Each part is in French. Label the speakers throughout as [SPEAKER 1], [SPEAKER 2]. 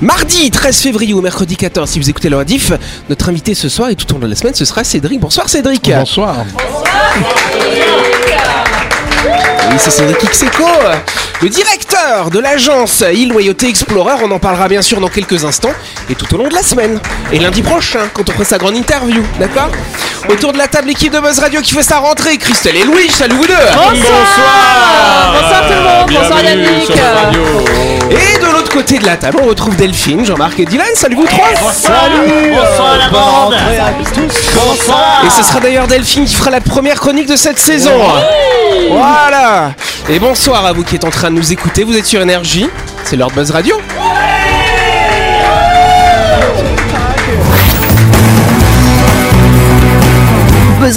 [SPEAKER 1] Mardi 13 février ou mercredi 14, si vous écoutez le rediff, notre invité ce soir et tout au long de la semaine, ce sera Cédric. Bonsoir Cédric.
[SPEAKER 2] Bonsoir.
[SPEAKER 1] Oui, c'est Cédric Xeco, le directeur de l'agence Île Loyauté Explorer. On en parlera bien sûr dans quelques instants et tout au long de la semaine. Et lundi prochain, quand on fera sa grande interview, d'accord Autour de la table, l'équipe de Buzz Radio qui fait sa rentrée. Christelle et Louis, salut vous deux
[SPEAKER 3] Bonsoir Bonsoir tout le monde, bonsoir
[SPEAKER 4] Bienvenue
[SPEAKER 3] Yannick
[SPEAKER 4] sur la radio.
[SPEAKER 1] Et de l'autre côté de la table, on retrouve Delphine, Jean-Marc et Dylan. Salut vous trois
[SPEAKER 4] Salut Bonsoir la bande Bonsoir
[SPEAKER 1] Et ce sera d'ailleurs Delphine qui fera la première chronique de cette saison. Voilà. Et bonsoir à vous qui êtes en train de nous écouter. Vous êtes sur Énergie. C'est l'heure de Buzz Radio.
[SPEAKER 5] Buzz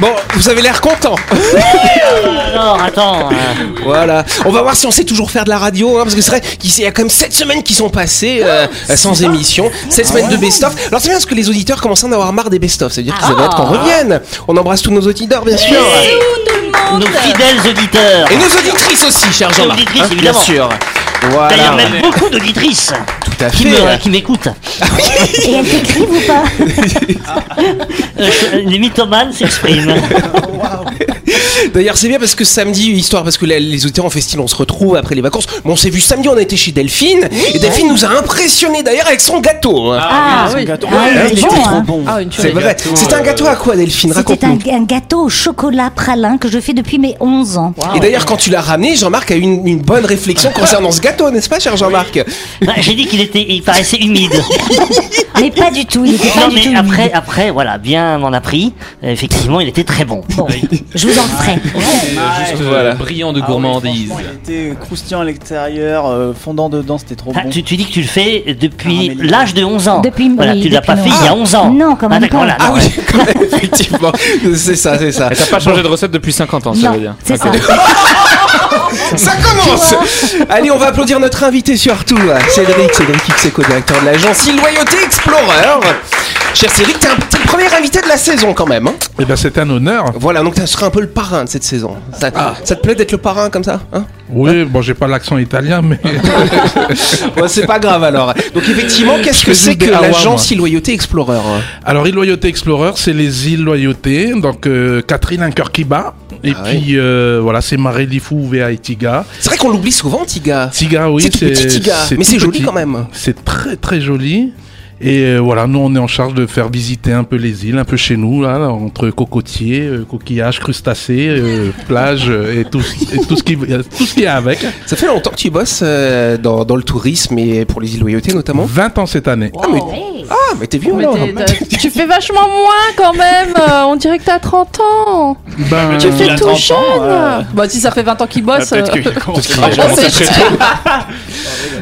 [SPEAKER 1] Bon, vous avez l'air content.
[SPEAKER 4] Alors, attends, euh,
[SPEAKER 1] Voilà. On va voir si on sait toujours faire de la radio, hein, parce que c'est vrai qu'il y a quand même 7 semaines qui sont passées euh, sans émission, 7 semaines de best-of. Alors c'est bien parce que les auditeurs commencent à en avoir marre des best-of, c'est-à-dire qu'ils adorent qu'on revienne. On embrasse tous nos auditeurs, bien sûr.
[SPEAKER 4] nos fidèles auditeurs
[SPEAKER 1] Et nos auditrices aussi, cher Jean-Marc.
[SPEAKER 4] auditrices,
[SPEAKER 1] bien
[SPEAKER 4] évidemment.
[SPEAKER 1] sûr. Voilà,
[SPEAKER 4] D'ailleurs, même euh, beaucoup d'auditrices
[SPEAKER 1] tout à
[SPEAKER 4] qui
[SPEAKER 1] fait.
[SPEAKER 4] me- qui m'écoutent.
[SPEAKER 6] Et elle t'écrive ou pas
[SPEAKER 4] Euh, je- Les mythomanes s'expriment.
[SPEAKER 1] D'ailleurs, c'est bien parce que samedi, histoire, parce que la- les auditeurs en festival, on se retrouve après les vacances. Mais on s'est vu samedi, on a été chez Delphine. Et Delphine nous a impressionné d'ailleurs avec son gâteau. hein.
[SPEAKER 6] Ah,
[SPEAKER 3] oui.
[SPEAKER 6] Ah, il est
[SPEAKER 1] c'est
[SPEAKER 6] bon, hein.
[SPEAKER 3] Ah, une
[SPEAKER 1] c'est
[SPEAKER 3] tuerie.
[SPEAKER 1] vrai. C'était un gâteau à quoi, Delphine
[SPEAKER 6] C'était un,
[SPEAKER 1] Raconte-nous.
[SPEAKER 6] un gâteau au chocolat pralin que je fais depuis mes 11 ans.
[SPEAKER 1] Et d'ailleurs, quand tu l'as ramené, Jean-Marc a eu une, une bonne réflexion concernant ce gâteau, n'est-ce pas, cher Jean-Marc
[SPEAKER 4] Ah, J'ai dit qu'il était, il paraissait humide.
[SPEAKER 6] Mais pas du tout, il n'était
[SPEAKER 4] Non
[SPEAKER 6] pas du tout
[SPEAKER 4] mais
[SPEAKER 6] humide.
[SPEAKER 4] après, après, voilà, bien m'en a pris. Effectivement, il était très bon.
[SPEAKER 6] Bon, je vous en ferai.
[SPEAKER 7] Juste
[SPEAKER 1] Voilà.
[SPEAKER 7] euh, brillant de
[SPEAKER 8] Ah ouais,
[SPEAKER 7] gourmandise.
[SPEAKER 8] franchement, il était croustillant à l'extérieur, euh, fondant dedans, c'était trop
[SPEAKER 4] Ah,
[SPEAKER 8] bon.
[SPEAKER 4] tu, tu dis que tu le fais
[SPEAKER 8] Ah,
[SPEAKER 4] depuis
[SPEAKER 8] mais les-
[SPEAKER 4] l'âge de 11 ans.
[SPEAKER 6] Depuis-
[SPEAKER 4] voilà,
[SPEAKER 6] oui,
[SPEAKER 4] tu l'as
[SPEAKER 6] depuis
[SPEAKER 4] pas fait il y a 11 ans.
[SPEAKER 6] Non, quand
[SPEAKER 4] Ah,
[SPEAKER 6] même
[SPEAKER 4] d'accord, voilà,
[SPEAKER 6] pas.
[SPEAKER 1] Ah
[SPEAKER 4] non,
[SPEAKER 1] oui, effectivement. C'est ça, c'est ça.
[SPEAKER 7] Et t'as pas changé de recette depuis 50 ans, ça veut
[SPEAKER 6] Non,
[SPEAKER 7] dire.
[SPEAKER 6] c'est ça.
[SPEAKER 1] Ça commence Allez, on va applaudir notre invité surtout, hein, Cédric, Cédric Xeco, directeur de l'agence Il Loyauté Explorer. Cher Cédric, t'es, un- t'es le premier invité de la saison quand même. hein.
[SPEAKER 2] Eh bien, c'est un honneur.
[SPEAKER 1] Voilà, donc tu seras un peu le parrain de cette saison. Ça,
[SPEAKER 2] Ah.
[SPEAKER 1] ça te plaît d'être le parrain comme ça hein
[SPEAKER 2] Oui, bon, j'ai pas l'accent italien, mais
[SPEAKER 1] Bon, C'est pas grave alors. Donc effectivement, qu'est-ce
[SPEAKER 2] Je
[SPEAKER 1] que
[SPEAKER 2] fais
[SPEAKER 1] c'est
[SPEAKER 2] juste des
[SPEAKER 1] que
[SPEAKER 2] hawas,
[SPEAKER 1] l'agence
[SPEAKER 2] moi.
[SPEAKER 1] Il Loyauté Explorer hein
[SPEAKER 2] Alors, île Loyauté Explorer, c'est les îles Loyauté. Donc, euh, Catherine Ankerkiba. Et
[SPEAKER 1] Ah
[SPEAKER 2] puis, euh, voilà, c'est Marelifu Vea et Tiga.
[SPEAKER 1] C'est vrai qu'on l'oublie souvent, Tiga.
[SPEAKER 2] Tiga, oui,
[SPEAKER 1] C'est tout petit, Tiga. Mais
[SPEAKER 2] tout
[SPEAKER 1] c'est joli
[SPEAKER 2] petit.
[SPEAKER 1] quand même.
[SPEAKER 2] C'est très, très joli. Et euh, voilà, nous, on est en charge de faire visiter un peu les îles, un peu chez nous, là, entre cocotiers, euh, coquillages, crustacés, euh, plages euh, et, tout, et tout ce qui euh, tout ce qui est avec.
[SPEAKER 1] Ça fait longtemps que tu bosses euh, dans, dans le tourisme et pour les îles Loyauté notamment.
[SPEAKER 2] 20 ans cette année.
[SPEAKER 1] Ah, mais, ah, mais t'es vieux
[SPEAKER 3] Mais
[SPEAKER 1] alors.
[SPEAKER 3] t'es- t'as- tu fais vachement moins quand même. euh, On dirait que t'as 30 ans.
[SPEAKER 2] Ben,
[SPEAKER 3] Tu fais
[SPEAKER 8] a
[SPEAKER 3] tout
[SPEAKER 8] 30 ans,
[SPEAKER 3] jeune.
[SPEAKER 8] euh,
[SPEAKER 3] Bah si ça fait 20 ans qu'il bosse.
[SPEAKER 7] Bah, Peut-être
[SPEAKER 3] euh,
[SPEAKER 7] qu'il a commencé
[SPEAKER 2] qu'il a
[SPEAKER 7] à
[SPEAKER 3] commencé
[SPEAKER 7] chez
[SPEAKER 3] très
[SPEAKER 7] toi.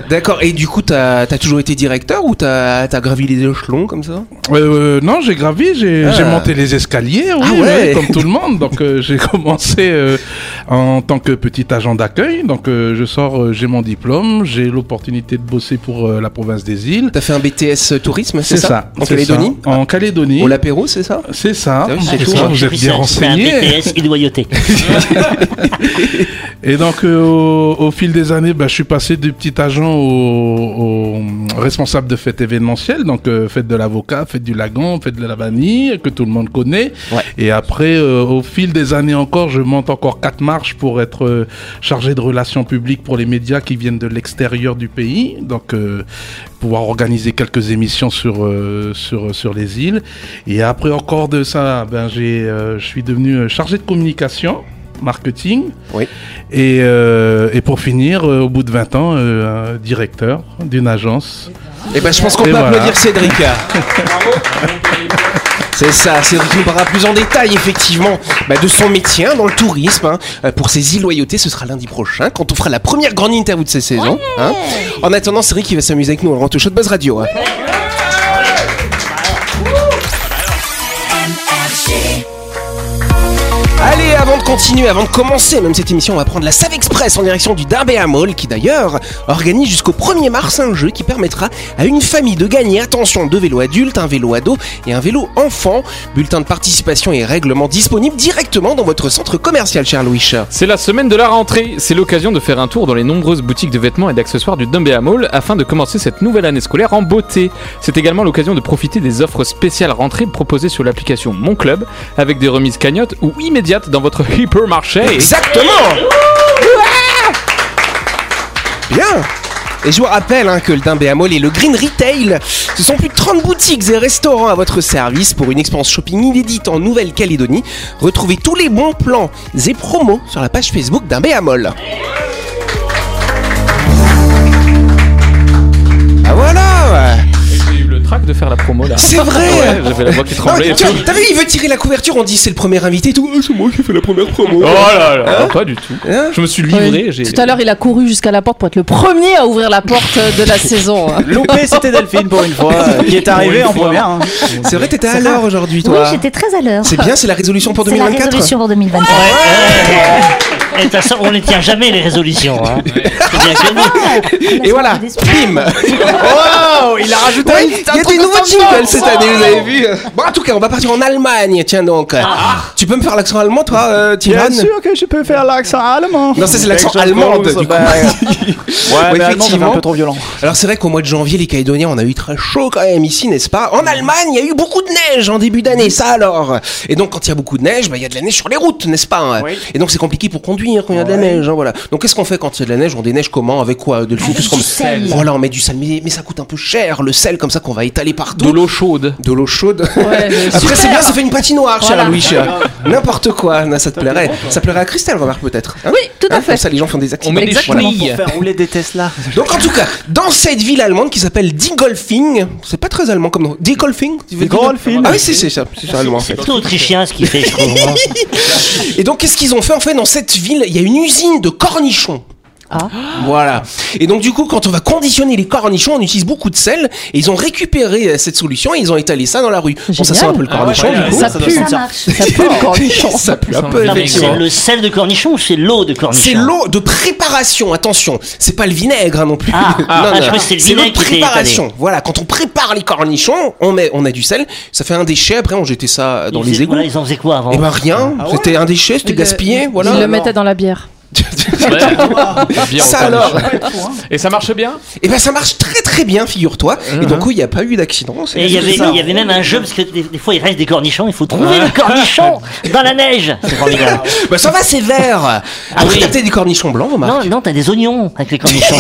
[SPEAKER 1] D'accord, et du coup, t'as t'as toujours été directeur ou t'as t'as gravi les échelons comme ça
[SPEAKER 2] Euh, non, j'ai gravi, j'ai
[SPEAKER 1] Ah.
[SPEAKER 2] j'ai monté les escaliers, oui,
[SPEAKER 1] Ah ouais.
[SPEAKER 2] oui, comme tout le monde. Donc euh, j'ai commencé euh, en tant que petit agent d'accueil. Donc euh, je sors, euh, j'ai mon diplôme, j'ai l'opportunité de bosser pour euh, la province des îles.
[SPEAKER 1] T'as fait un BTS tourisme, c'est
[SPEAKER 2] C'est
[SPEAKER 1] ça,
[SPEAKER 2] ça.
[SPEAKER 1] En
[SPEAKER 2] c'est ça.
[SPEAKER 1] Calédonie
[SPEAKER 2] En Calédonie.
[SPEAKER 1] Au Lapéro, c'est ça
[SPEAKER 2] C'est ça.
[SPEAKER 1] Ah oui, c'est
[SPEAKER 2] C'est
[SPEAKER 1] tout.
[SPEAKER 2] ça,
[SPEAKER 4] J'ai
[SPEAKER 2] Vous êtes
[SPEAKER 4] pris
[SPEAKER 2] bien
[SPEAKER 4] ça, je fais un
[SPEAKER 2] renseigné.
[SPEAKER 4] BTS et loyauté.
[SPEAKER 2] Et donc, euh, au, au fil des années, bah, je suis passé du petit agent au, au responsable de fête événementielle, donc euh, fête de l'avocat, fête du lagon, fête de la vanille, que tout le monde connaît.
[SPEAKER 1] Ouais.
[SPEAKER 2] Et après, euh, au fil des années encore, je monte encore quatre marches pour être euh, chargé de relations publiques pour les médias qui viennent de l'extérieur du pays, donc euh, pouvoir organiser quelques émissions sur, euh, sur, sur les îles. Et après encore de ça, ben, j'ai, euh, je suis devenu euh, chargé de communication, marketing. Et, euh, et pour finir, euh, au bout de 20 ans, euh, un directeur d'une agence.
[SPEAKER 1] Eh ben, je pense qu'on
[SPEAKER 2] Et
[SPEAKER 1] peut
[SPEAKER 2] voilà.
[SPEAKER 1] applaudir Cédric. C'est ça, Cédric nous parlera plus en détail effectivement bah, de son métier hein, dans le tourisme. hein. Euh, Pour ses îles loyautés, ce sera lundi prochain quand on fera la première grande interview de cette saison. hein. En attendant, Cédric qui va s'amuser avec nous, on le rend au show de Buzz Radio. hein. Allez, avant de continuer, avant de commencer même cette émission, on va prendre la Save Express en direction du Dimbéa Mall, qui d'ailleurs organise jusqu'au 1er mars un jeu qui permettra à une famille de gagner, attention, deux vélos adultes, un vélo ado et un vélo enfant. Bulletin de participation et règlement disponibles directement dans votre centre commercial, cher Louis.
[SPEAKER 7] C'est la semaine de la rentrée. C'est l'occasion de faire un tour dans les nombreuses boutiques de vêtements et d'accessoires du Dumbéa Mall afin de commencer cette nouvelle année scolaire en beauté. C'est également l'occasion de profiter des offres spéciales rentrées proposées sur l'application Mon Club avec des remises cagnottes ou immédiates dans votre hypermarché.
[SPEAKER 1] Exactement Bien et je vous rappelle hein, que le Dimbé à Mall et le Green Retail, ce sont plus de 30 boutiques et restaurants à votre service pour une expérience shopping inédite en Nouvelle-Calédonie. Retrouvez tous les bons plans et promos sur la page Facebook Dimbé à Mall. Ah voilà
[SPEAKER 7] J'ai eu le trac de faire la promo là.
[SPEAKER 1] C'est vrai
[SPEAKER 7] Ah, Ouais, j'avais la voix qui
[SPEAKER 1] Non,
[SPEAKER 7] tremblait et
[SPEAKER 1] tu vois,
[SPEAKER 7] tout.
[SPEAKER 1] T'as vu, il veut tirer la couverture, on dit c'est le premier invité et tout. Euh, c'est moi qui fais la première promo.
[SPEAKER 7] Oh là là, pas du tout.
[SPEAKER 1] Hein
[SPEAKER 7] Je me suis livré. j'ai-
[SPEAKER 3] euh, Tout à l'heure, il a couru jusqu'à la porte pour être le premier à ouvrir la porte de la saison. hein.
[SPEAKER 8] Loupé, c'était Delphine pour une fois, euh, qui est arrivé en première. hein.
[SPEAKER 1] C'est vrai, t'étais à l'heure aujourd'hui,
[SPEAKER 6] Oui,
[SPEAKER 1] toi.
[SPEAKER 6] j'étais très à l'heure.
[SPEAKER 1] C'est bien, c'est la résolution pour
[SPEAKER 6] C'est la
[SPEAKER 1] 2024
[SPEAKER 6] résolution pour 2024.
[SPEAKER 4] Et de toute façon, on ne tient jamais les résolutions. Hein. C'est bien connu.
[SPEAKER 1] Et voilà,
[SPEAKER 6] Des sous-
[SPEAKER 1] bim
[SPEAKER 8] Wow, il a rajouté
[SPEAKER 1] Ouais,
[SPEAKER 8] un-
[SPEAKER 1] Il y
[SPEAKER 8] un
[SPEAKER 1] a
[SPEAKER 8] truc
[SPEAKER 1] des
[SPEAKER 8] de
[SPEAKER 1] nouveaux
[SPEAKER 8] standard.
[SPEAKER 1] jingles cette année, vous avez vu Bon, en tout cas, on va partir en Allemagne, tiens donc. Tu peux me faire l'accent allemand, toi, euh, Timan
[SPEAKER 8] Bien sûr que je peux faire l'accent allemand.
[SPEAKER 1] Non, ça, c'est l'accent
[SPEAKER 8] Quelque chose comme
[SPEAKER 1] allemande, du
[SPEAKER 8] ça,
[SPEAKER 1] coup.
[SPEAKER 8] bah, ouais, mais allemand, ça fait
[SPEAKER 1] effectivement.
[SPEAKER 8] un peu trop violent.
[SPEAKER 1] Alors c'est vrai qu'au mois de janvier, les Calédoniens, on a eu très chaud quand même ici, n'est-ce pas En Allemagne, il y a eu beaucoup de neige en début d'année, ça alors Et donc quand il y a beaucoup de neige, bah, il y a de la neige sur les routes, n'est-ce pas
[SPEAKER 8] Oui.
[SPEAKER 1] Et donc c'est compliqué pour conduire quand il y a de la neige, hein, voilà. Donc qu'est-ce qu'on fait quand il y a de la neige On déneige comment Avec quoi Delphine
[SPEAKER 6] Avec
[SPEAKER 1] Qu'est-ce qu'on-
[SPEAKER 6] du sel.
[SPEAKER 1] Voilà, on met du sel, mais, mais ça coûte un peu cher, le sel comme ça qu'on va étaler partout.
[SPEAKER 7] De l'eau chaude.
[SPEAKER 1] De l'eau chaude.
[SPEAKER 3] Ouais, mais
[SPEAKER 1] Après c'est
[SPEAKER 3] super.
[SPEAKER 1] bien, ça fait une patinoire, cher
[SPEAKER 3] Voilà. Ah
[SPEAKER 1] Louis. N'importe quoi, non, ça te plairait. Ça plairait à Christelle, remarque peut-être. Hein
[SPEAKER 3] Oui, tout à
[SPEAKER 1] Hein,
[SPEAKER 3] fait.
[SPEAKER 1] Comme ça, les gens font des activités.
[SPEAKER 7] On met
[SPEAKER 3] Exactement.
[SPEAKER 7] des chenilles.
[SPEAKER 8] Pour faire rouler des Tesla.
[SPEAKER 1] Donc en tout cas, dans cette ville allemande qui s'appelle Dingolfing, c'est pas très allemand comme nom. Dingolfing tu veux dire
[SPEAKER 8] Dingolfing.
[SPEAKER 1] Ah oui, c'est c'est ça, c'est ça allemand en
[SPEAKER 4] C'est
[SPEAKER 1] fait.
[SPEAKER 4] plutôt autrichien ce qu'il fait, je trouve. hein.
[SPEAKER 1] Et donc qu'est-ce qu'ils ont fait en fait dans cette ville Il y a une usine de cornichons.
[SPEAKER 3] Ah.
[SPEAKER 1] Voilà. Et donc du coup, quand on va conditionner les cornichons, on utilise beaucoup de sel. Et ils ont récupéré euh, cette solution et ils ont étalé ça dans la rue. Bon, ça
[SPEAKER 3] Génial. Ah
[SPEAKER 1] sent un peu le cornichon
[SPEAKER 8] ouais,
[SPEAKER 1] du coup.
[SPEAKER 8] ouais,
[SPEAKER 3] ça
[SPEAKER 8] ça doit
[SPEAKER 3] pue.
[SPEAKER 6] Ça marche.
[SPEAKER 3] Ça pue le cornichon.
[SPEAKER 1] Ça pue un peu
[SPEAKER 4] Non, mais c'est
[SPEAKER 1] effectivement.
[SPEAKER 4] le sel de cornichon ou c'est l'eau de cornichon
[SPEAKER 1] C'est l'eau de préparation, attention, c'est pas le vinaigre hein, non plus.
[SPEAKER 4] Ah, ah,
[SPEAKER 1] Non,
[SPEAKER 4] ah,
[SPEAKER 1] non.
[SPEAKER 4] je crois que c'est le
[SPEAKER 1] l'eau de
[SPEAKER 4] vinaigre qui était
[SPEAKER 1] préparation. Voilà, quand on prépare les cornichons, on met, on a du sel, ça fait un déchet. Après, on jetait ça dans
[SPEAKER 4] Ils
[SPEAKER 1] les
[SPEAKER 4] faisaient-
[SPEAKER 1] égouts.
[SPEAKER 4] voilà, ils en faisaient quoi avant
[SPEAKER 1] Et ben rien,
[SPEAKER 8] Ah ouais
[SPEAKER 1] c'était un déchet, c'était
[SPEAKER 3] Il le-
[SPEAKER 1] gaspillé, voilà.
[SPEAKER 3] Il le mettait dans la bière.
[SPEAKER 7] Ouais. Bien
[SPEAKER 1] Ça
[SPEAKER 7] au cornichon.
[SPEAKER 1] alors
[SPEAKER 7] Et ça marche bien
[SPEAKER 1] Et ben ça marche très très bien, figure-toi. Et donc il n'y a pas eu d'accident. c'est
[SPEAKER 4] Et il y,
[SPEAKER 1] juste
[SPEAKER 4] avait,
[SPEAKER 1] ça.
[SPEAKER 4] il y avait même un jeu, parce que des, des fois il reste des cornichons, il faut trouver le cornichon dans la neige. C'est formidable.
[SPEAKER 1] Bah ça va, c'est vert. Après
[SPEAKER 4] Ah oui.
[SPEAKER 1] t'as peut-être des cornichons blancs, remarque.
[SPEAKER 4] Non, non, t'as des oignons avec les cornichons.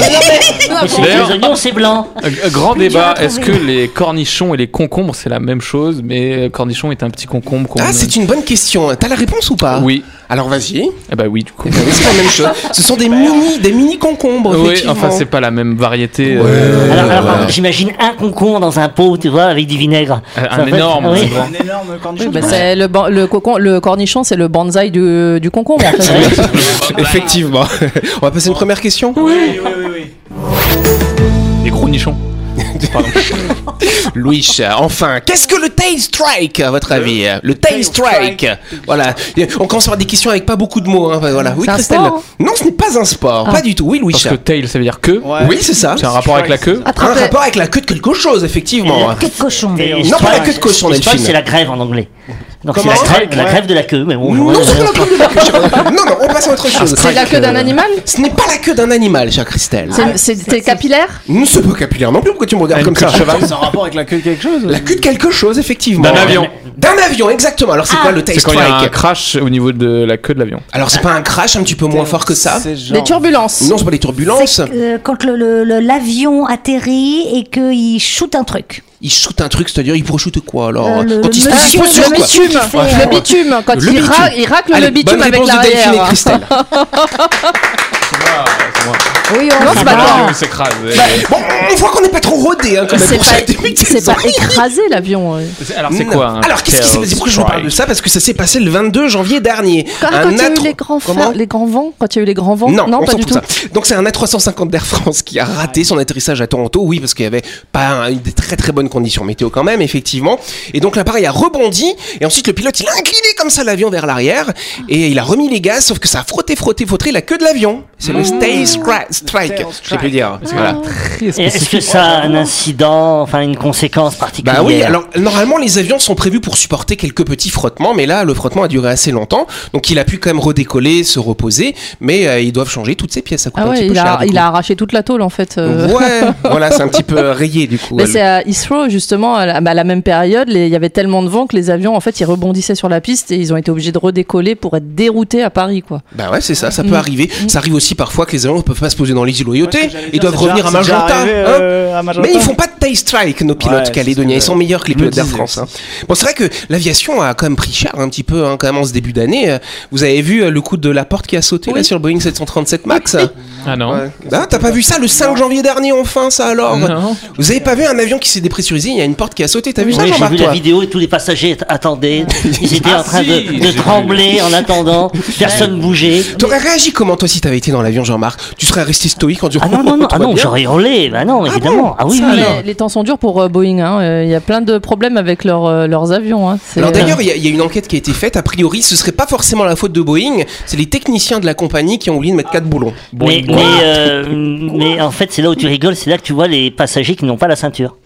[SPEAKER 4] Mais c'est-
[SPEAKER 7] D'ailleurs-
[SPEAKER 4] les oignons, c'est blanc.
[SPEAKER 7] Un- un Grand
[SPEAKER 6] Plus dur à
[SPEAKER 7] débat, est-ce que
[SPEAKER 6] trouver.
[SPEAKER 7] les cornichons et les concombres c'est la même chose Mais euh, cornichon est un petit concombre qu'on.
[SPEAKER 1] Ah, c'est une bonne question. T'as la réponse ou pas
[SPEAKER 7] Oui,
[SPEAKER 1] Alors vas-y.
[SPEAKER 7] eh bah oui, du coup.
[SPEAKER 1] Eh ben oui, c'est la même chose. Ce sont des mini, des mini concombres.
[SPEAKER 7] Oui,
[SPEAKER 1] effectivement.
[SPEAKER 7] enfin c'est pas la même variété. euh,
[SPEAKER 4] Alors, alors, par contre, j'imagine un concombre dans un pot, tu vois, avec du vinaigre.
[SPEAKER 7] Un
[SPEAKER 4] Ça va être-
[SPEAKER 7] énorme,
[SPEAKER 4] oui.
[SPEAKER 7] c'est grand.
[SPEAKER 8] Un énorme cornichon.
[SPEAKER 3] Oui, bah, c'est le, ban- le, cocon- le cornichon, c'est le bonsaï du, du concombre. en fait. hein.
[SPEAKER 1] Effectivement. On va passer à une première question.
[SPEAKER 8] Oui, oui, oui, oui.
[SPEAKER 7] Des gros nichons.
[SPEAKER 1] Louis, euh, enfin, qu'est-ce que le tail strike à votre avis euh, Le tail strike. Voilà. Et On commence par des questions avec pas beaucoup de mots. hein, Voilà. Oui,
[SPEAKER 3] C'est un
[SPEAKER 1] Christelle.
[SPEAKER 3] sport, hein
[SPEAKER 1] non, ce n'est pas un sport. Pas du tout. Oui, Louis.
[SPEAKER 7] Parce que tail ça veut dire queue.
[SPEAKER 8] Ouais.
[SPEAKER 1] Oui, c'est ça.
[SPEAKER 7] C'est un rapport avec la queue.
[SPEAKER 1] Un
[SPEAKER 3] Attrapé.
[SPEAKER 1] rapport avec la queue de quelque chose, effectivement.
[SPEAKER 6] Que de cochon.
[SPEAKER 4] Et- et
[SPEAKER 1] Non,
[SPEAKER 4] strike-
[SPEAKER 1] pas la queue de cochon,
[SPEAKER 4] strike,
[SPEAKER 1] Delphine.
[SPEAKER 4] c'est la grève en anglais. Donc c'est
[SPEAKER 1] Comment
[SPEAKER 4] la grève, la
[SPEAKER 8] Ouais.
[SPEAKER 4] grève de la queue, mais bon.
[SPEAKER 1] Oh, Non,
[SPEAKER 4] je-
[SPEAKER 1] c'est pas la queue de la queue, cher- Non, non, on passe à autre
[SPEAKER 7] Ah,
[SPEAKER 1] chose.
[SPEAKER 3] C'est la queue d'un animal
[SPEAKER 1] Ce n'est pas la queue d'un animal, chère Christelle.
[SPEAKER 3] C'est- C'est c'est capillaire
[SPEAKER 1] Nous sommes pas capillaire non plus. Pourquoi tu me regardes
[SPEAKER 7] Une
[SPEAKER 1] comme
[SPEAKER 7] queue
[SPEAKER 1] ça
[SPEAKER 7] de cheval.
[SPEAKER 8] Bah, C'est un rapport avec la queue de quelque chose
[SPEAKER 1] La queue de quelque chose, effectivement.
[SPEAKER 7] D'un avion.
[SPEAKER 1] D'un avion, exactement. Alors c'est
[SPEAKER 3] Ah.
[SPEAKER 1] quoi le tail
[SPEAKER 7] C'est quand il y a un
[SPEAKER 1] strike
[SPEAKER 7] crash au niveau de la queue de l'avion.
[SPEAKER 1] Alors c'est pas un crash un petit peu moins fort que ça
[SPEAKER 8] C'est genre-
[SPEAKER 3] Des turbulences
[SPEAKER 1] Non, c'est pas les turbulences.
[SPEAKER 6] C'est, euh, quand le- le- le- l'avion atterrit et qu'il shoot un truc.
[SPEAKER 1] Il shoot un truc, c'est-à-dire il proshoot quoi alors
[SPEAKER 6] Euh, le-
[SPEAKER 1] Quand il
[SPEAKER 6] le
[SPEAKER 1] se pose
[SPEAKER 6] monsieur-
[SPEAKER 1] sur
[SPEAKER 6] le
[SPEAKER 1] quoi
[SPEAKER 6] monsieur
[SPEAKER 3] bitume,
[SPEAKER 6] qui fait,
[SPEAKER 3] le
[SPEAKER 6] euh,
[SPEAKER 3] bitume, quand
[SPEAKER 1] Le
[SPEAKER 3] il,
[SPEAKER 1] bitume.
[SPEAKER 3] ra- il racle
[SPEAKER 1] Allez,
[SPEAKER 3] le bitume
[SPEAKER 1] bonne
[SPEAKER 3] avec hein.
[SPEAKER 1] réponse de Delphine et
[SPEAKER 3] l'arrière.
[SPEAKER 1] Christelle.
[SPEAKER 3] Oui, on lance
[SPEAKER 7] Ah,
[SPEAKER 3] maintenant.
[SPEAKER 1] Bah.
[SPEAKER 7] s'écrase.
[SPEAKER 1] Bon, On voit qu'on n'est pas trop rodé hein, quand même
[SPEAKER 3] C'est
[SPEAKER 1] pour
[SPEAKER 3] pas,
[SPEAKER 1] ce début de
[SPEAKER 3] c'est
[SPEAKER 1] saison.
[SPEAKER 3] pas écrasé l'avion. euh.
[SPEAKER 7] Alors c'est
[SPEAKER 1] Non.
[SPEAKER 7] quoi hein, un
[SPEAKER 1] Alors qu'est-ce qui s'est
[SPEAKER 7] Chaos
[SPEAKER 1] passé Pourquoi je vous parle de
[SPEAKER 7] Strike
[SPEAKER 1] ça Parce que ça s'est passé le 22 janvier dernier.
[SPEAKER 3] Quand,
[SPEAKER 1] Un
[SPEAKER 3] quand il y a eu
[SPEAKER 1] atro-
[SPEAKER 3] les grands, fer-
[SPEAKER 1] Comment
[SPEAKER 3] les grands vents, quand il y a eu les grands vents,
[SPEAKER 1] Non, on
[SPEAKER 3] pas
[SPEAKER 1] s'en
[SPEAKER 3] du
[SPEAKER 1] fout de
[SPEAKER 3] tout.
[SPEAKER 1] ça. Donc c'est un A350 d'Air France qui a raté son atterrissage à Toronto, oui, parce qu'il y avait pas un- des très très bonnes conditions météo quand même, effectivement. Et donc l'appareil a rebondi, et ensuite le pilote il a incliné comme ça l'avion vers l'arrière, et il a remis les gaz, sauf que ça a frotté, frotté, frotté la queue de l'avion. C'est
[SPEAKER 3] Mmh.
[SPEAKER 1] le Stay Scra- Strike, je sais plus dire. Voilà.
[SPEAKER 4] Et Est-ce que ça a un incident, enfin une conséquence particulière
[SPEAKER 1] Bah
[SPEAKER 3] Mmh.
[SPEAKER 1] oui, alors normalement les avions sont prévus pour supporter quelques petits frottements, mais là le frottement a duré assez longtemps, donc il a pu quand même redécoller, se reposer, mais euh, ils doivent changer toutes ces pièces, ça coûte
[SPEAKER 3] Ah
[SPEAKER 1] un
[SPEAKER 3] ouais,
[SPEAKER 1] petit peu
[SPEAKER 3] il
[SPEAKER 1] cher.
[SPEAKER 3] a,
[SPEAKER 1] du
[SPEAKER 3] il
[SPEAKER 1] coup.
[SPEAKER 3] a arraché toute la tôle en fait. euh.
[SPEAKER 1] Ouais, voilà, c'est un petit peu rayé du coup.
[SPEAKER 3] Mais
[SPEAKER 1] elle.
[SPEAKER 3] c'est à Heathrow justement à la, bah, à la même période, les- il y avait tellement de vent que les avions en fait ils rebondissaient sur la piste et ils ont été obligés de redécoller pour être déroutés à Paris quoi.
[SPEAKER 1] Bah ouais, c'est ça, ça peut
[SPEAKER 3] Mm.
[SPEAKER 1] arriver. Ça arrive aussi parfois que les avions ne peuvent pas se poser dans les îles
[SPEAKER 8] Ouais,
[SPEAKER 1] loyautés,
[SPEAKER 8] ce que j'allais
[SPEAKER 1] ils
[SPEAKER 8] dire,
[SPEAKER 1] doivent
[SPEAKER 8] c'est
[SPEAKER 1] revenir à
[SPEAKER 8] déjà- c'est déjà
[SPEAKER 1] Magenta.
[SPEAKER 8] arrivé,
[SPEAKER 1] hein.
[SPEAKER 8] euh, à Magenta.
[SPEAKER 1] mais ils font pas de tail strike, nos pilotes
[SPEAKER 8] Ouais, c'est
[SPEAKER 1] calédoniens.
[SPEAKER 8] ce
[SPEAKER 1] Ils
[SPEAKER 8] que-
[SPEAKER 1] sont meilleurs que les
[SPEAKER 8] je me
[SPEAKER 1] pilotes d'Air
[SPEAKER 8] disais,
[SPEAKER 1] France.
[SPEAKER 8] c'est
[SPEAKER 1] hein. Bon, c'est vrai que l'aviation a quand même pris cher un petit peu, hein, quand même, en ce début d'année. Euh, Vous avez vu euh, le coup de la porte qui a sauté là, sur le Boeing 737 MAX
[SPEAKER 7] Ah non.
[SPEAKER 1] Ouais. Ah, t'as pas vu ça le 5 janvier dernier, enfin, ça alors
[SPEAKER 7] Non.
[SPEAKER 1] Vous avez pas vu un avion qui s'est dépressurisé Il y a une porte qui a sauté, t'as vu ça,
[SPEAKER 4] Oui, j'ai
[SPEAKER 1] Jean-Marc
[SPEAKER 4] vu la
[SPEAKER 1] toi
[SPEAKER 4] vidéo et tous les passagers att- attendaient. Ils étaient
[SPEAKER 7] Ah
[SPEAKER 4] en train
[SPEAKER 7] si,
[SPEAKER 4] de-
[SPEAKER 7] j'ai
[SPEAKER 4] de,
[SPEAKER 7] vu.
[SPEAKER 4] trembler en attendant. Personne bougeait.
[SPEAKER 1] T'aurais réagi comment toi si t'avais été dans l'avion, Jean-Marc Tu serais resté stoïque en disant
[SPEAKER 4] Ah non, non, non,
[SPEAKER 1] Tout
[SPEAKER 4] ah
[SPEAKER 1] va
[SPEAKER 4] non
[SPEAKER 1] bien
[SPEAKER 4] j'aurais hurlé. Bah non, évidemment. Ah oui,
[SPEAKER 3] Ça,
[SPEAKER 4] oui.
[SPEAKER 3] les, les temps sont durs pour euh, Boeing. hein. Euh, Il y a plein de problèmes avec leurs, euh, leurs avions. hein. C'est-
[SPEAKER 1] Alors d'ailleurs, il y, a- il y a une enquête qui a été faite. A priori, ce serait pas forcément la faute de Boeing. C'est les techniciens de la compagnie qui ont oublié de mettre quatre boulons.
[SPEAKER 4] Mais, mais, euh, mais en fait, c'est là où tu rigoles, c'est là que tu vois les passagers qui n'ont pas la ceinture.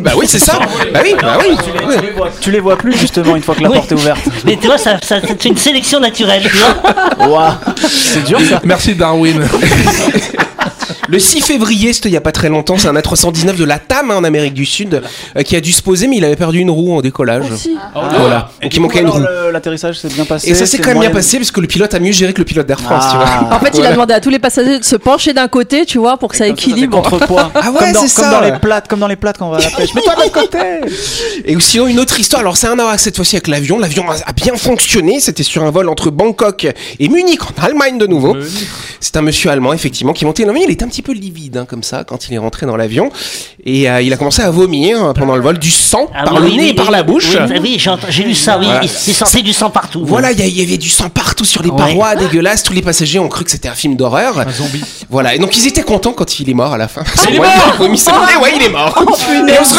[SPEAKER 1] bah oui, c'est ça. Bah oui, bah oui. Ouais.
[SPEAKER 8] Tu les vois plus justement une fois que la
[SPEAKER 4] Oui.
[SPEAKER 8] porte est ouverte.
[SPEAKER 4] Mais tu vois, ça, ça- c'est une sélection naturelle, tu vois.
[SPEAKER 8] Ouah, c'est dur ça.
[SPEAKER 2] Merci Darwin.
[SPEAKER 1] Le 6 février, c'était il y a pas très longtemps, c'est un A319 de la TAM hein, en Amérique du Sud euh, qui a dû se poser, mais il avait perdu une roue en décollage.
[SPEAKER 4] Ah,
[SPEAKER 3] Aussi.
[SPEAKER 8] Ah
[SPEAKER 1] Voilà. Donc il manquait une roue.
[SPEAKER 8] L'atterrissage s'est bien passé.
[SPEAKER 1] Et ça s'est quand même
[SPEAKER 8] moyen.
[SPEAKER 1] bien passé parce que le pilote a mieux géré que le pilote d'Air France,
[SPEAKER 8] Ah.
[SPEAKER 1] tu vois.
[SPEAKER 3] En fait, il
[SPEAKER 1] Voilà.
[SPEAKER 3] a demandé à tous les passagers de se pencher d'un côté, tu vois, pour que ça
[SPEAKER 8] Comme fait
[SPEAKER 3] équilibre.
[SPEAKER 8] contrepoids.
[SPEAKER 1] Ah ouais,
[SPEAKER 8] comme dans,
[SPEAKER 1] c'est
[SPEAKER 8] comme
[SPEAKER 1] ça.
[SPEAKER 8] dans les plates, comme dans les plates quand on va à la pêche. Mais toi, de l'autre côté.
[SPEAKER 1] Et sinon, une autre histoire. Alors, c'est un avoir cette fois-ci avec l'avion. L'avion a- a bien fonctionné. C'était sur un vol entre Bangkok et Munich, en Allemagne de nouveau. C'est un monsieur allemand, effectivement, qui montait. Non, mais il était un petit peu livide, hein, comme ça, quand il est rentré dans l'avion. Et euh, il a commencé à vomir euh, pendant le vol du sang
[SPEAKER 4] Ah
[SPEAKER 1] par
[SPEAKER 4] oui,
[SPEAKER 1] le
[SPEAKER 4] oui,
[SPEAKER 1] nez
[SPEAKER 4] oui,
[SPEAKER 1] et par
[SPEAKER 4] oui.
[SPEAKER 1] la bouche.
[SPEAKER 4] Oui, Oui, j'ai ent- j'ai lu ça, oui.
[SPEAKER 1] Voilà.
[SPEAKER 4] Ils, ils sentaient du sang partout.
[SPEAKER 1] Voilà, il y a- il y avait du sang partout sur les
[SPEAKER 4] Ouais.
[SPEAKER 1] parois, dégueulasse. Tous les passagers ont cru que c'était un film d'horreur.
[SPEAKER 7] Un zombie.
[SPEAKER 1] Voilà, et donc ils étaient contents quand il est mort à la fin.
[SPEAKER 4] Ah,
[SPEAKER 1] il est mort Ouais, il est mort Et on se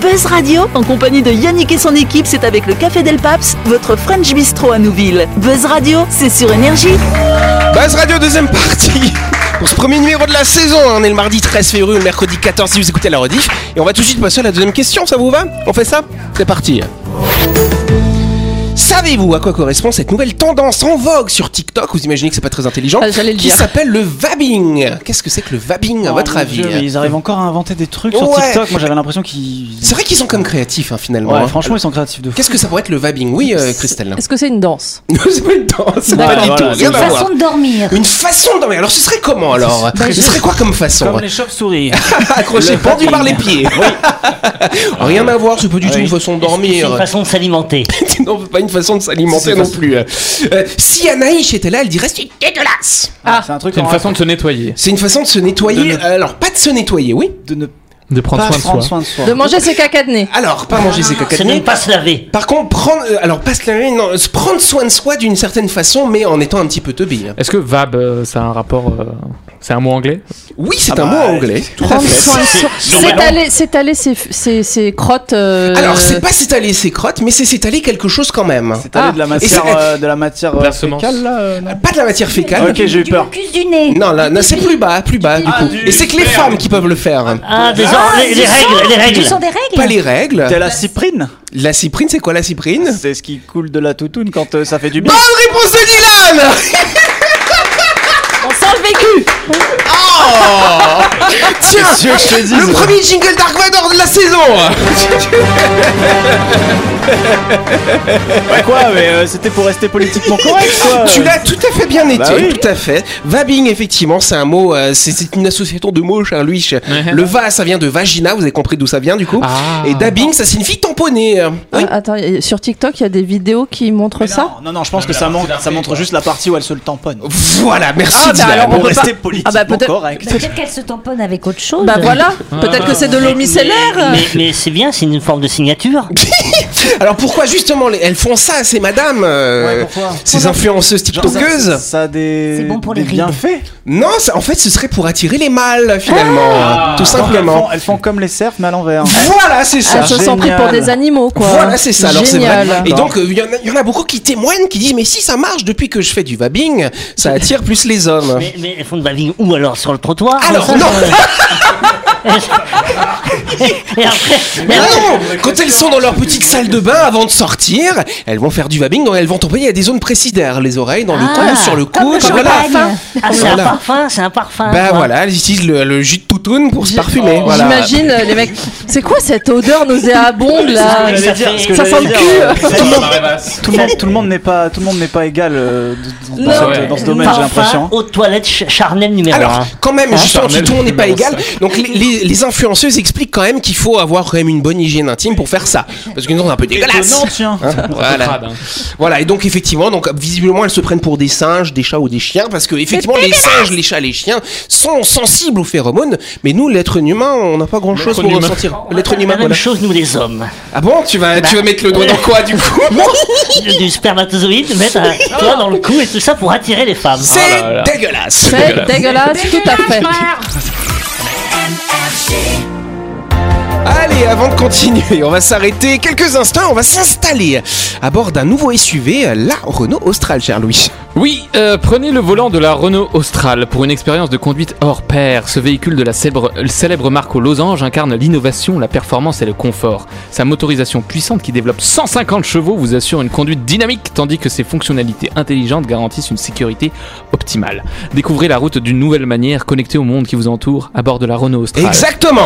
[SPEAKER 5] Buzz Radio, en compagnie de Yannick et son équipe, c'est avec le Café Del Paps, votre French Bistro à Nouville. Buzz Radio, c'est sur Énergie.
[SPEAKER 1] Buzz Radio, deuxième partie pour ce premier numéro de la saison, hein. on est le mardi 13 février ou le mercredi 14 si vous écoutez la rediff. Et on va tout de suite passer à la deuxième question, ça vous va On fait ça C'est parti Savez-vous à quoi correspond cette nouvelle tendance en vogue sur TikTok Vous imaginez que c'est pas très intelligent
[SPEAKER 3] Ah, j'allais le
[SPEAKER 1] Qui
[SPEAKER 3] dire.
[SPEAKER 1] s'appelle le vabbing Qu'est-ce que c'est que le vabbing à
[SPEAKER 8] Oh,
[SPEAKER 1] votre
[SPEAKER 8] mon
[SPEAKER 1] avis hein.
[SPEAKER 8] Dieu, mais Ils arrivent encore à inventer des trucs sur
[SPEAKER 1] Ouais.
[SPEAKER 8] TikTok. Moi, j'avais l'impression qu'ils.
[SPEAKER 1] C'est vrai qu'ils sont comme créatifs hein, finalement.
[SPEAKER 8] Ouais,
[SPEAKER 1] hein.
[SPEAKER 8] franchement, ils sont créatifs de fou.
[SPEAKER 1] Qu'est-ce que ça pourrait être le vabbing Oui, euh, Christelle.
[SPEAKER 3] Est-ce que c'est une danse
[SPEAKER 1] c'est pas une danse, c'est pas
[SPEAKER 8] D'accord.
[SPEAKER 1] du
[SPEAKER 8] Voilà,
[SPEAKER 1] tout. rien
[SPEAKER 6] Une
[SPEAKER 1] à voir.
[SPEAKER 6] façon de dormir.
[SPEAKER 1] Une façon d'en Alors ce serait comment alors Ce serait quoi comme façon
[SPEAKER 8] Comme les chauves-souris.
[SPEAKER 1] Accroché,
[SPEAKER 8] Le
[SPEAKER 1] pendu
[SPEAKER 8] vabbing.
[SPEAKER 1] par les pieds. Rien à voir, c'est pas du tout
[SPEAKER 8] Oui.
[SPEAKER 1] une façon de
[SPEAKER 4] C'est une
[SPEAKER 1] dormir.
[SPEAKER 4] façon de s'alimenter.
[SPEAKER 1] non, c'est pas une façon de s'alimenter non plus. Euh, si Anaïs était là, elle dirait c'est dégueulasse.
[SPEAKER 8] Ah, c'est un truc
[SPEAKER 7] C'est une
[SPEAKER 8] en-
[SPEAKER 7] façon de se nettoyer,
[SPEAKER 1] C'est une façon de se nettoyer. Euh,
[SPEAKER 8] De ne-
[SPEAKER 1] Alors pas de se nettoyer, oui.
[SPEAKER 8] de ne
[SPEAKER 7] de prendre
[SPEAKER 8] pas
[SPEAKER 7] soin de soi.
[SPEAKER 8] prendre soin de soi.
[SPEAKER 3] De manger ses cacas de nez.
[SPEAKER 1] Alors pas manger ses cacahuètes.
[SPEAKER 4] Ce n'est pas se laver.
[SPEAKER 1] Par contre, prendre, euh, alors pas se laver, non, se prendre soin de soi d'une certaine façon, mais en étant un petit peu teubé.
[SPEAKER 7] Est-ce que vab, euh, ça a un rapport euh, C'est un mot anglais
[SPEAKER 1] Oui, c'est
[SPEAKER 8] Ah
[SPEAKER 1] un
[SPEAKER 8] bah,
[SPEAKER 1] mot anglais. Tout à
[SPEAKER 3] Prendre
[SPEAKER 1] fait.
[SPEAKER 3] soin de soi. S'étaler- S'étaler ses, ses, ses crottes. euh,
[SPEAKER 1] Alors c'est pas s'étaler ses crottes, mais c'est s'étaler quelque chose quand même.
[SPEAKER 8] C'est allé de la matière,
[SPEAKER 1] c'est- Ah,
[SPEAKER 8] euh, de la matière
[SPEAKER 7] La
[SPEAKER 8] euh,
[SPEAKER 7] semence.
[SPEAKER 8] fécale, là. euh, non
[SPEAKER 1] Pas de la matière fécale.
[SPEAKER 8] Ok, j'ai eu
[SPEAKER 6] du
[SPEAKER 8] peur.
[SPEAKER 6] mucus du nez.
[SPEAKER 1] Non, là, non, c'est plus bas, plus bas du coup. Et c'est que les femmes qui peuvent le faire.
[SPEAKER 4] Ah, des
[SPEAKER 6] Ah,
[SPEAKER 4] les,
[SPEAKER 6] du
[SPEAKER 4] les
[SPEAKER 6] sang,
[SPEAKER 4] règles, les
[SPEAKER 6] Du
[SPEAKER 4] règles.
[SPEAKER 6] sang des règles
[SPEAKER 1] Pas les règles.
[SPEAKER 8] T'es la cyprine
[SPEAKER 1] La cyprine, c'est quoi la cyprine
[SPEAKER 8] C'est ce qui coule de la toutoune quand euh, ça fait du bien.
[SPEAKER 1] Bonne réponse de Dylan
[SPEAKER 3] On sent le vécu
[SPEAKER 1] Oh Tiens,
[SPEAKER 8] Qu'est-ce que je te dis
[SPEAKER 1] le premier jingle Dark Vador de la saison
[SPEAKER 8] Bah quoi, mais euh, c'était pour rester politiquement correct, quoi.
[SPEAKER 1] Tu l'as tout à fait bien été,
[SPEAKER 8] Bah oui.
[SPEAKER 1] tout à fait. Vabing, effectivement, c'est un mot, euh, c'est- c'est une association de mots, cher Louis. Le va, ça vient de vagina, vous avez compris d'où ça vient du coup.
[SPEAKER 7] Ah.
[SPEAKER 1] Et dabbing, ça signifie tamponner. Euh, Oui.
[SPEAKER 3] Ah, attends, y- sur TikTok, il y a des vidéos qui montrent
[SPEAKER 8] Mais
[SPEAKER 3] ça
[SPEAKER 8] non, non, non, je pense que ça, manque, ça montre juste la partie où elle se le tamponne.
[SPEAKER 1] Voilà, merci.
[SPEAKER 8] Ah, bah,
[SPEAKER 1] Dylan.
[SPEAKER 8] alors on
[SPEAKER 1] Bon,
[SPEAKER 8] peut
[SPEAKER 1] bah,
[SPEAKER 8] rester politiquement
[SPEAKER 3] Ah, bah, peut-être-
[SPEAKER 8] correct.
[SPEAKER 6] Peut-être qu'elle se tamponne avec autre chose.
[SPEAKER 3] Bah voilà,
[SPEAKER 9] Ah.
[SPEAKER 3] peut-être que c'est de l'eau micellaire.
[SPEAKER 4] Mais, mais c'est bien, c'est une forme de signature.
[SPEAKER 1] alors pourquoi justement les- elles font ça, ces madames, euh,
[SPEAKER 8] Ouais, pourquoi
[SPEAKER 1] ces influenceuses
[SPEAKER 8] ça,
[SPEAKER 1] tiktokeuses
[SPEAKER 8] ça a des,
[SPEAKER 6] C'est bon pour
[SPEAKER 8] des
[SPEAKER 6] les rides.
[SPEAKER 8] bienfaits.
[SPEAKER 1] Non, ça- en fait, ce serait pour attirer les mâles finalement, tout
[SPEAKER 8] Elles
[SPEAKER 1] simplement.
[SPEAKER 8] font, elles font comme les cerfs, mais à l'envers.
[SPEAKER 1] Voilà, c'est ça.
[SPEAKER 3] Elles se sont Ah, pris
[SPEAKER 8] Génial.
[SPEAKER 3] pour des animaux, quoi.
[SPEAKER 1] Voilà, c'est ça. Alors, c'est vrai.
[SPEAKER 3] Génial.
[SPEAKER 1] Et donc, euh, il y, en a- y en a beaucoup qui témoignent, qui disent Mais si ça marche depuis que je fais du vabbing, ça attire plus les hommes.
[SPEAKER 4] Mais, Ah, mais elles font de la vigne où alors Sur le trottoir
[SPEAKER 1] Alors, non,
[SPEAKER 4] Et après,
[SPEAKER 1] mais non Quand elles sont dans leur petite salle de bain avant de sortir, elles vont faire du vabbing, donc elles vont tamponner à des zones précises derrière les oreilles, dans le
[SPEAKER 6] Ah,
[SPEAKER 1] cou, sur le
[SPEAKER 6] comme
[SPEAKER 1] cou,
[SPEAKER 6] le
[SPEAKER 1] sur la-
[SPEAKER 6] champagne.
[SPEAKER 4] ah, c'est
[SPEAKER 1] Voilà.
[SPEAKER 4] un parfum, c'est un parfum.
[SPEAKER 1] Bah
[SPEAKER 4] quoi.
[SPEAKER 1] voilà, elles utilisent le, le jus de toutoune pour se parfumer. voilà.
[SPEAKER 3] J'imagine euh, les mecs. C'est quoi cette odeur nauséabonde là
[SPEAKER 4] C'est ce que j'allais dire,
[SPEAKER 3] Ça
[SPEAKER 4] ce que
[SPEAKER 3] ça sent
[SPEAKER 8] j'allais
[SPEAKER 3] le
[SPEAKER 8] dire,
[SPEAKER 3] cul.
[SPEAKER 8] Tout le monde- tout le monde, tout le monde n'est pas, tout le monde n'est pas égal euh, dans, dans
[SPEAKER 3] Non.
[SPEAKER 8] cette-
[SPEAKER 7] Ouais.
[SPEAKER 8] dans ce domaine, j'ai
[SPEAKER 4] Parfum
[SPEAKER 8] l'impression. hein.
[SPEAKER 4] aux toilettes ch- charnel numéro
[SPEAKER 1] Alors,
[SPEAKER 4] 1.
[SPEAKER 1] quand même, justement,
[SPEAKER 7] Charnel,
[SPEAKER 1] tu tournes n'est pas
[SPEAKER 7] numéro
[SPEAKER 1] égal. Donc, les, les- les influenceuses expliquent quand même qu'il faut avoir quand même une bonne hygiène intime pour faire ça. Parce que nous, on est un peu dégueulasse.
[SPEAKER 8] Étonnant, Euh, tiens.
[SPEAKER 1] Voilà. Voilà, et donc effectivement, donc visiblement elles se prennent pour des singes, des chats ou des chiens, parce que effectivement les singes, les chats, les chiens sont sensibles aux phéromones, mais nous, l'être humain, on n'a pas grand chose pour
[SPEAKER 7] humain.
[SPEAKER 1] ressentir. L'être
[SPEAKER 4] Oh, La
[SPEAKER 1] humain,
[SPEAKER 4] même
[SPEAKER 1] voilà.
[SPEAKER 4] chose, nous les hommes.
[SPEAKER 1] Ah bon, tu vas, tu vas mettre le doigt dans quoi du coup
[SPEAKER 4] Du, du spermatozoïde, mettre un doigt dans le cou et tout ça pour attirer les femmes.
[SPEAKER 1] C'est dégueulasse.
[SPEAKER 3] C'est dégueulasse, tout à fait.
[SPEAKER 1] Allez, avant de continuer, on va s'arrêter quelques instants, on va s'installer à bord d'un nouveau SUV, la Renault Austral, cher Louis.
[SPEAKER 7] Oui, euh, prenez le volant de la Renault Austral pour une expérience de conduite hors pair. Ce véhicule de la célèbre, euh, célèbre marque aux losanges incarne l'innovation, la performance et le confort. Sa motorisation puissante qui développe 150 chevaux vous assure une conduite dynamique tandis que ses fonctionnalités intelligentes garantissent une sécurité optimale. Découvrez la route d'une nouvelle manière connectée au monde qui vous entoure à bord de la Renault Austral.
[SPEAKER 1] Exactement.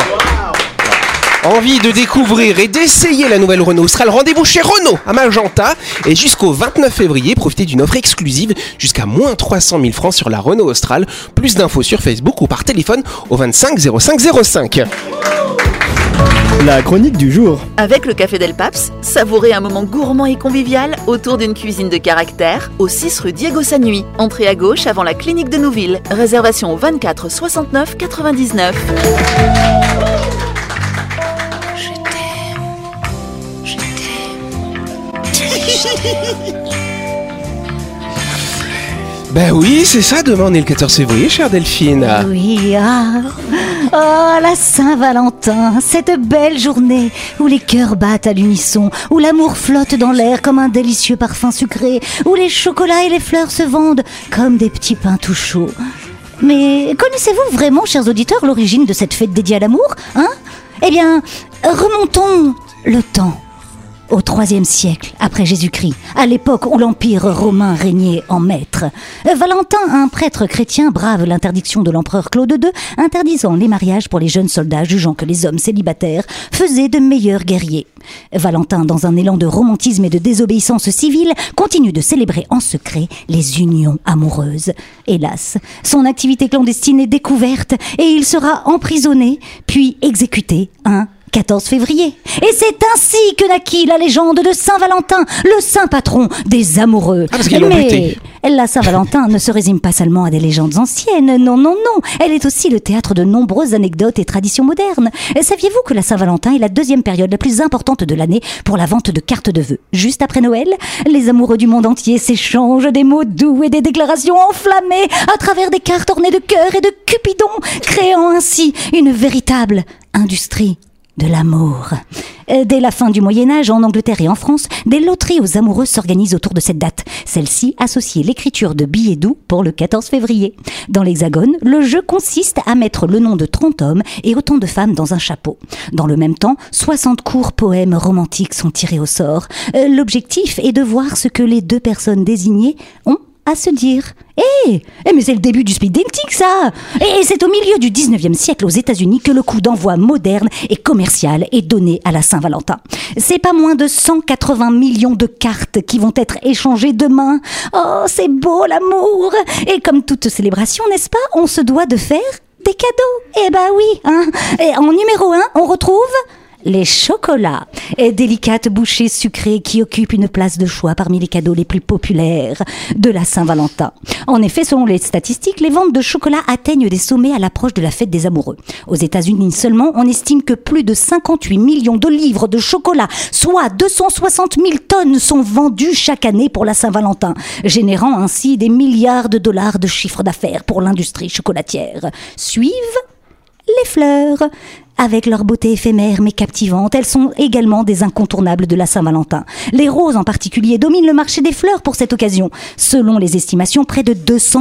[SPEAKER 1] Envie de découvrir et d'essayer la nouvelle Renault Austral, rendez-vous chez Renault à Magenta et jusqu'au 29 février, profitez d'une offre exclusive jusqu'à moins 300 000 francs sur la Renault Austral. Plus d'infos sur Facebook ou par téléphone au 25 05 05.
[SPEAKER 9] La chronique du jour.
[SPEAKER 5] Avec le Café Del Paps, savourez un moment gourmand et convivial autour d'une cuisine de caractère au 6 rue Diego Sanui. Entrée à gauche avant la clinique de Nouville. Réservation au 24 69 99.
[SPEAKER 1] Ben oui, c'est ça, demain on est le 14 février, chère Delphine.
[SPEAKER 6] Oui, ah. Oh, la Saint-Valentin, cette belle journée où les cœurs battent à l'unisson, où l'amour flotte dans l'air comme un délicieux parfum sucré, où les chocolats et les fleurs se vendent comme des petits pains tout chauds. Mais connaissez-vous vraiment, chers auditeurs, l'origine de cette fête dédiée à l'amour Hein Eh bien, remontons le temps au IIIe siècle après Jésus-Christ, à l'époque où l'Empire romain régnait en maître. Euh, Valentin, un prêtre chrétien, brave l'interdiction de l'empereur Claude II, interdisant les mariages pour les jeunes soldats, jugeant que les hommes célibataires faisaient de meilleurs guerriers. Valentin, dans un élan de romantisme et de désobéissance civile, continue de célébrer en secret les unions amoureuses. Hélas, son activité clandestine est découverte et il sera emprisonné, puis exécuté un 14 février. Et c'est ainsi que naquit la légende de Saint Valentin, le saint patron des amoureux.
[SPEAKER 1] Ah, parce qu'ils l'ont
[SPEAKER 6] Mais
[SPEAKER 1] buté.
[SPEAKER 6] la Saint Valentin ne se résume pas seulement à des légendes anciennes, non, non, non. Elle est aussi le théâtre de nombreuses anecdotes et traditions modernes. Et Saviez-vous que la Saint Valentin est la deuxième période la plus importante de l'année pour la vente de cartes de vœux Juste après Noël, les amoureux du monde entier s'échangent des mots doux et des déclarations enflammées à travers des cartes ornées de cœur et de Cupidon, créant ainsi une véritable industrie de l'amour. Euh, Dès la fin du Moyen Âge, en Angleterre et en France, des loteries aux amoureux s'organisent autour de cette date. Celle-ci associe l'écriture de billets doux pour le 14 février. Dans l'Hexagone, le jeu consiste à mettre le nom de 30 hommes et autant de femmes dans un chapeau. Dans le même temps, 60 courts poèmes romantiques sont tirés au sort. Euh, L'objectif est de voir ce que les deux personnes désignées ont à se dire Hé Eh, mais c'est le début du speed dating, ça Et c'est au milieu du 19e siècle aux États-Unis que le coup d'envoi moderne et commercial est donné à la Saint-Valentin. C'est pas moins de 180 millions de cartes qui vont être échangées demain. Oh, c'est beau l'amour Et comme toute célébration, n'est-ce pas, on se doit de faire des cadeaux. Eh ben oui, hein Et en numéro 1, on retrouve les chocolats. Et délicates bouchées sucrées qui occupent une place de choix parmi les cadeaux les plus populaires de la Saint-Valentin. En effet, selon les statistiques, les ventes de chocolat atteignent des sommets à l'approche de la fête des amoureux. Aux États-Unis seulement, on estime que plus de 58 millions de livres de chocolat, soit 260 000 tonnes, sont vendues chaque année pour la Saint-Valentin, générant ainsi des milliards de dollars de chiffre d'affaires pour l'industrie chocolatière. Suivent les fleurs. Avec leur beauté éphémère mais captivante, elles sont également des incontournables de la Saint-Valentin. Les roses en particulier dominent le marché des fleurs pour cette occasion. Selon les estimations, près de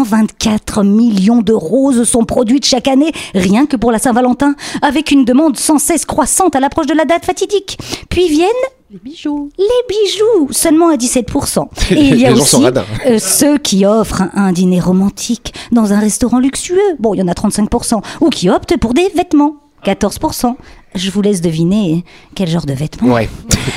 [SPEAKER 6] 224 millions de roses sont produites chaque année, rien que pour la Saint-Valentin, avec une demande sans cesse croissante à l'approche de la date fatidique. Puis viennent les bijoux. Les bijoux, seulement à 17%. Et il y a
[SPEAKER 1] Les gens
[SPEAKER 6] aussi
[SPEAKER 1] sont radins.
[SPEAKER 6] euh, ceux qui offrent un, un dîner romantique dans un restaurant luxueux, bon, il y en a 35%, ou qui optent pour des vêtements, 14%. Je vous laisse deviner quel genre de vêtements.
[SPEAKER 1] Ouais.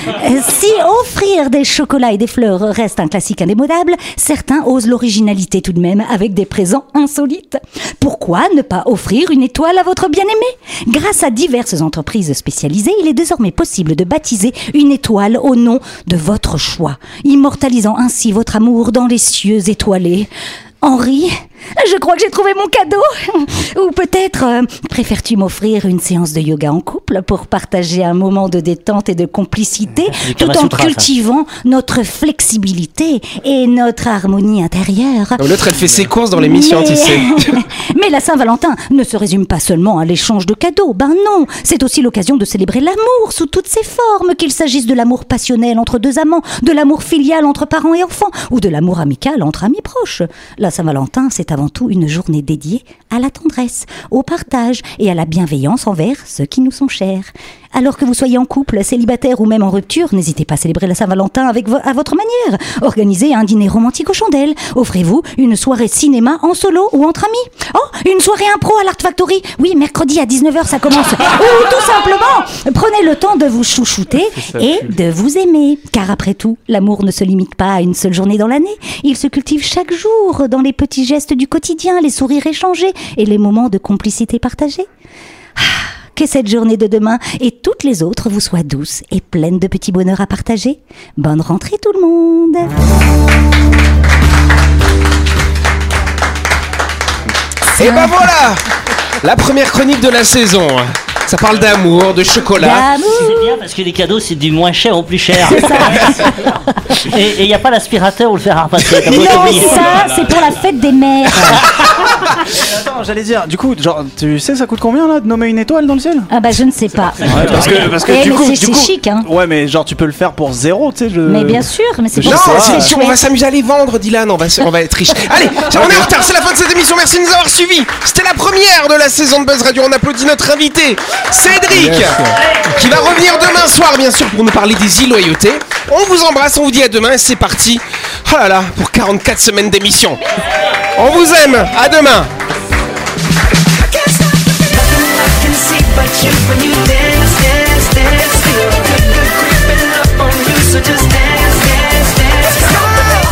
[SPEAKER 6] Euh, si offrir des chocolats et des fleurs reste un classique indémodable, certains osent l'originalité tout de même avec des présents insolites. Pourquoi ne pas offrir une étoile à votre bien-aimé Grâce à diverses entreprises spécialisées, il est désormais possible de baptiser une étoile au nom de votre choix, immortalisant ainsi votre amour dans les cieux étoilés. Henri, je crois que j'ai trouvé mon cadeau. Ou peut-être euh, préfères-tu m'offrir une séance de yoga en couple pour partager un moment de détente et de complicité
[SPEAKER 4] Du
[SPEAKER 6] tout
[SPEAKER 4] Kama
[SPEAKER 6] en
[SPEAKER 4] Sutra, ça.
[SPEAKER 6] cultivant notre flexibilité et notre harmonie intérieure.
[SPEAKER 1] Non, mais L'autre, elle fait ses courses dans l'émission, tu sais.
[SPEAKER 6] Mais la Saint-Valentin ne se résume pas seulement à l'échange de cadeaux. Ben non, c'est aussi l'occasion de célébrer l'amour sous toutes ses formes, qu'il s'agisse de l'amour passionnel entre deux amants, de l'amour filial entre parents et enfants, ou de l'amour amical entre amis proches. La Saint-Valentin, c'est avant tout une journée dédiée à la tendresse, au partage et à la bienveillance envers ceux qui nous sont chers. Alors que vous soyez en couple, célibataire ou même en rupture, n'hésitez pas à célébrer la Saint-Valentin avec vo- à votre manière. Organisez un dîner romantique aux chandelles. Offrez-vous une soirée cinéma en solo ou entre amis. Oh, une soirée impro à l'Art Factory. Oui, mercredi à 19h, ça commence. ou tout simplement, prenez le temps de vous chouchouter et de vous aimer. Car après tout, l'amour ne se limite pas à une seule journée dans l'année. Il se cultive chaque jour dans les petits gestes du quotidien, les sourires échangés et les moments de complicité partagée. Que cette journée de demain et toutes les autres vous soient douces et pleines de petits bonheurs à partager. Bonne rentrée tout le monde
[SPEAKER 1] Et ben voilà La première chronique de la saison. Ça parle d'amour, de chocolat.
[SPEAKER 6] D'amour.
[SPEAKER 4] C'est bien parce que les cadeaux, c'est du moins cher au plus cher. et il n'y a pas l'aspirateur ou le fer à repasser. t'as beau t'oublier.
[SPEAKER 6] Non, ça, c'est Ah. pour la fête des mères.
[SPEAKER 8] Attends, j'allais dire, du coup, genre, tu sais, ça coûte combien là de nommer une étoile dans le ciel
[SPEAKER 6] Ah bah je ne sais pas.
[SPEAKER 8] Ouais, parce que, parce que
[SPEAKER 6] Eh,
[SPEAKER 8] du
[SPEAKER 6] mais
[SPEAKER 8] coup,
[SPEAKER 6] c'est-
[SPEAKER 8] du
[SPEAKER 6] c'est
[SPEAKER 8] coup-
[SPEAKER 6] chic, hein.
[SPEAKER 8] Ouais, mais genre, tu peux le faire pour zéro, tu sais. Je...
[SPEAKER 6] Mais bien sûr, mais c'est pour
[SPEAKER 1] Non,
[SPEAKER 6] ça que
[SPEAKER 1] c'est
[SPEAKER 6] c'est
[SPEAKER 1] sûr, on va
[SPEAKER 6] chouette.
[SPEAKER 1] s'amuser à les vendre, Dylan, on va, se- on va être riche. Allez, ça, on est en retard, c'est la fin de cette émission, merci de nous avoir suivis. C'était la première de la saison de Buzz Radio, on applaudit notre invité, Cédric, qui va revenir demain soir, bien sûr, pour nous parler des illoyautés. On vous embrasse, on vous dit à demain, et c'est parti. Oh là là, pour 44 semaines d'émission. On vous aime, à demain.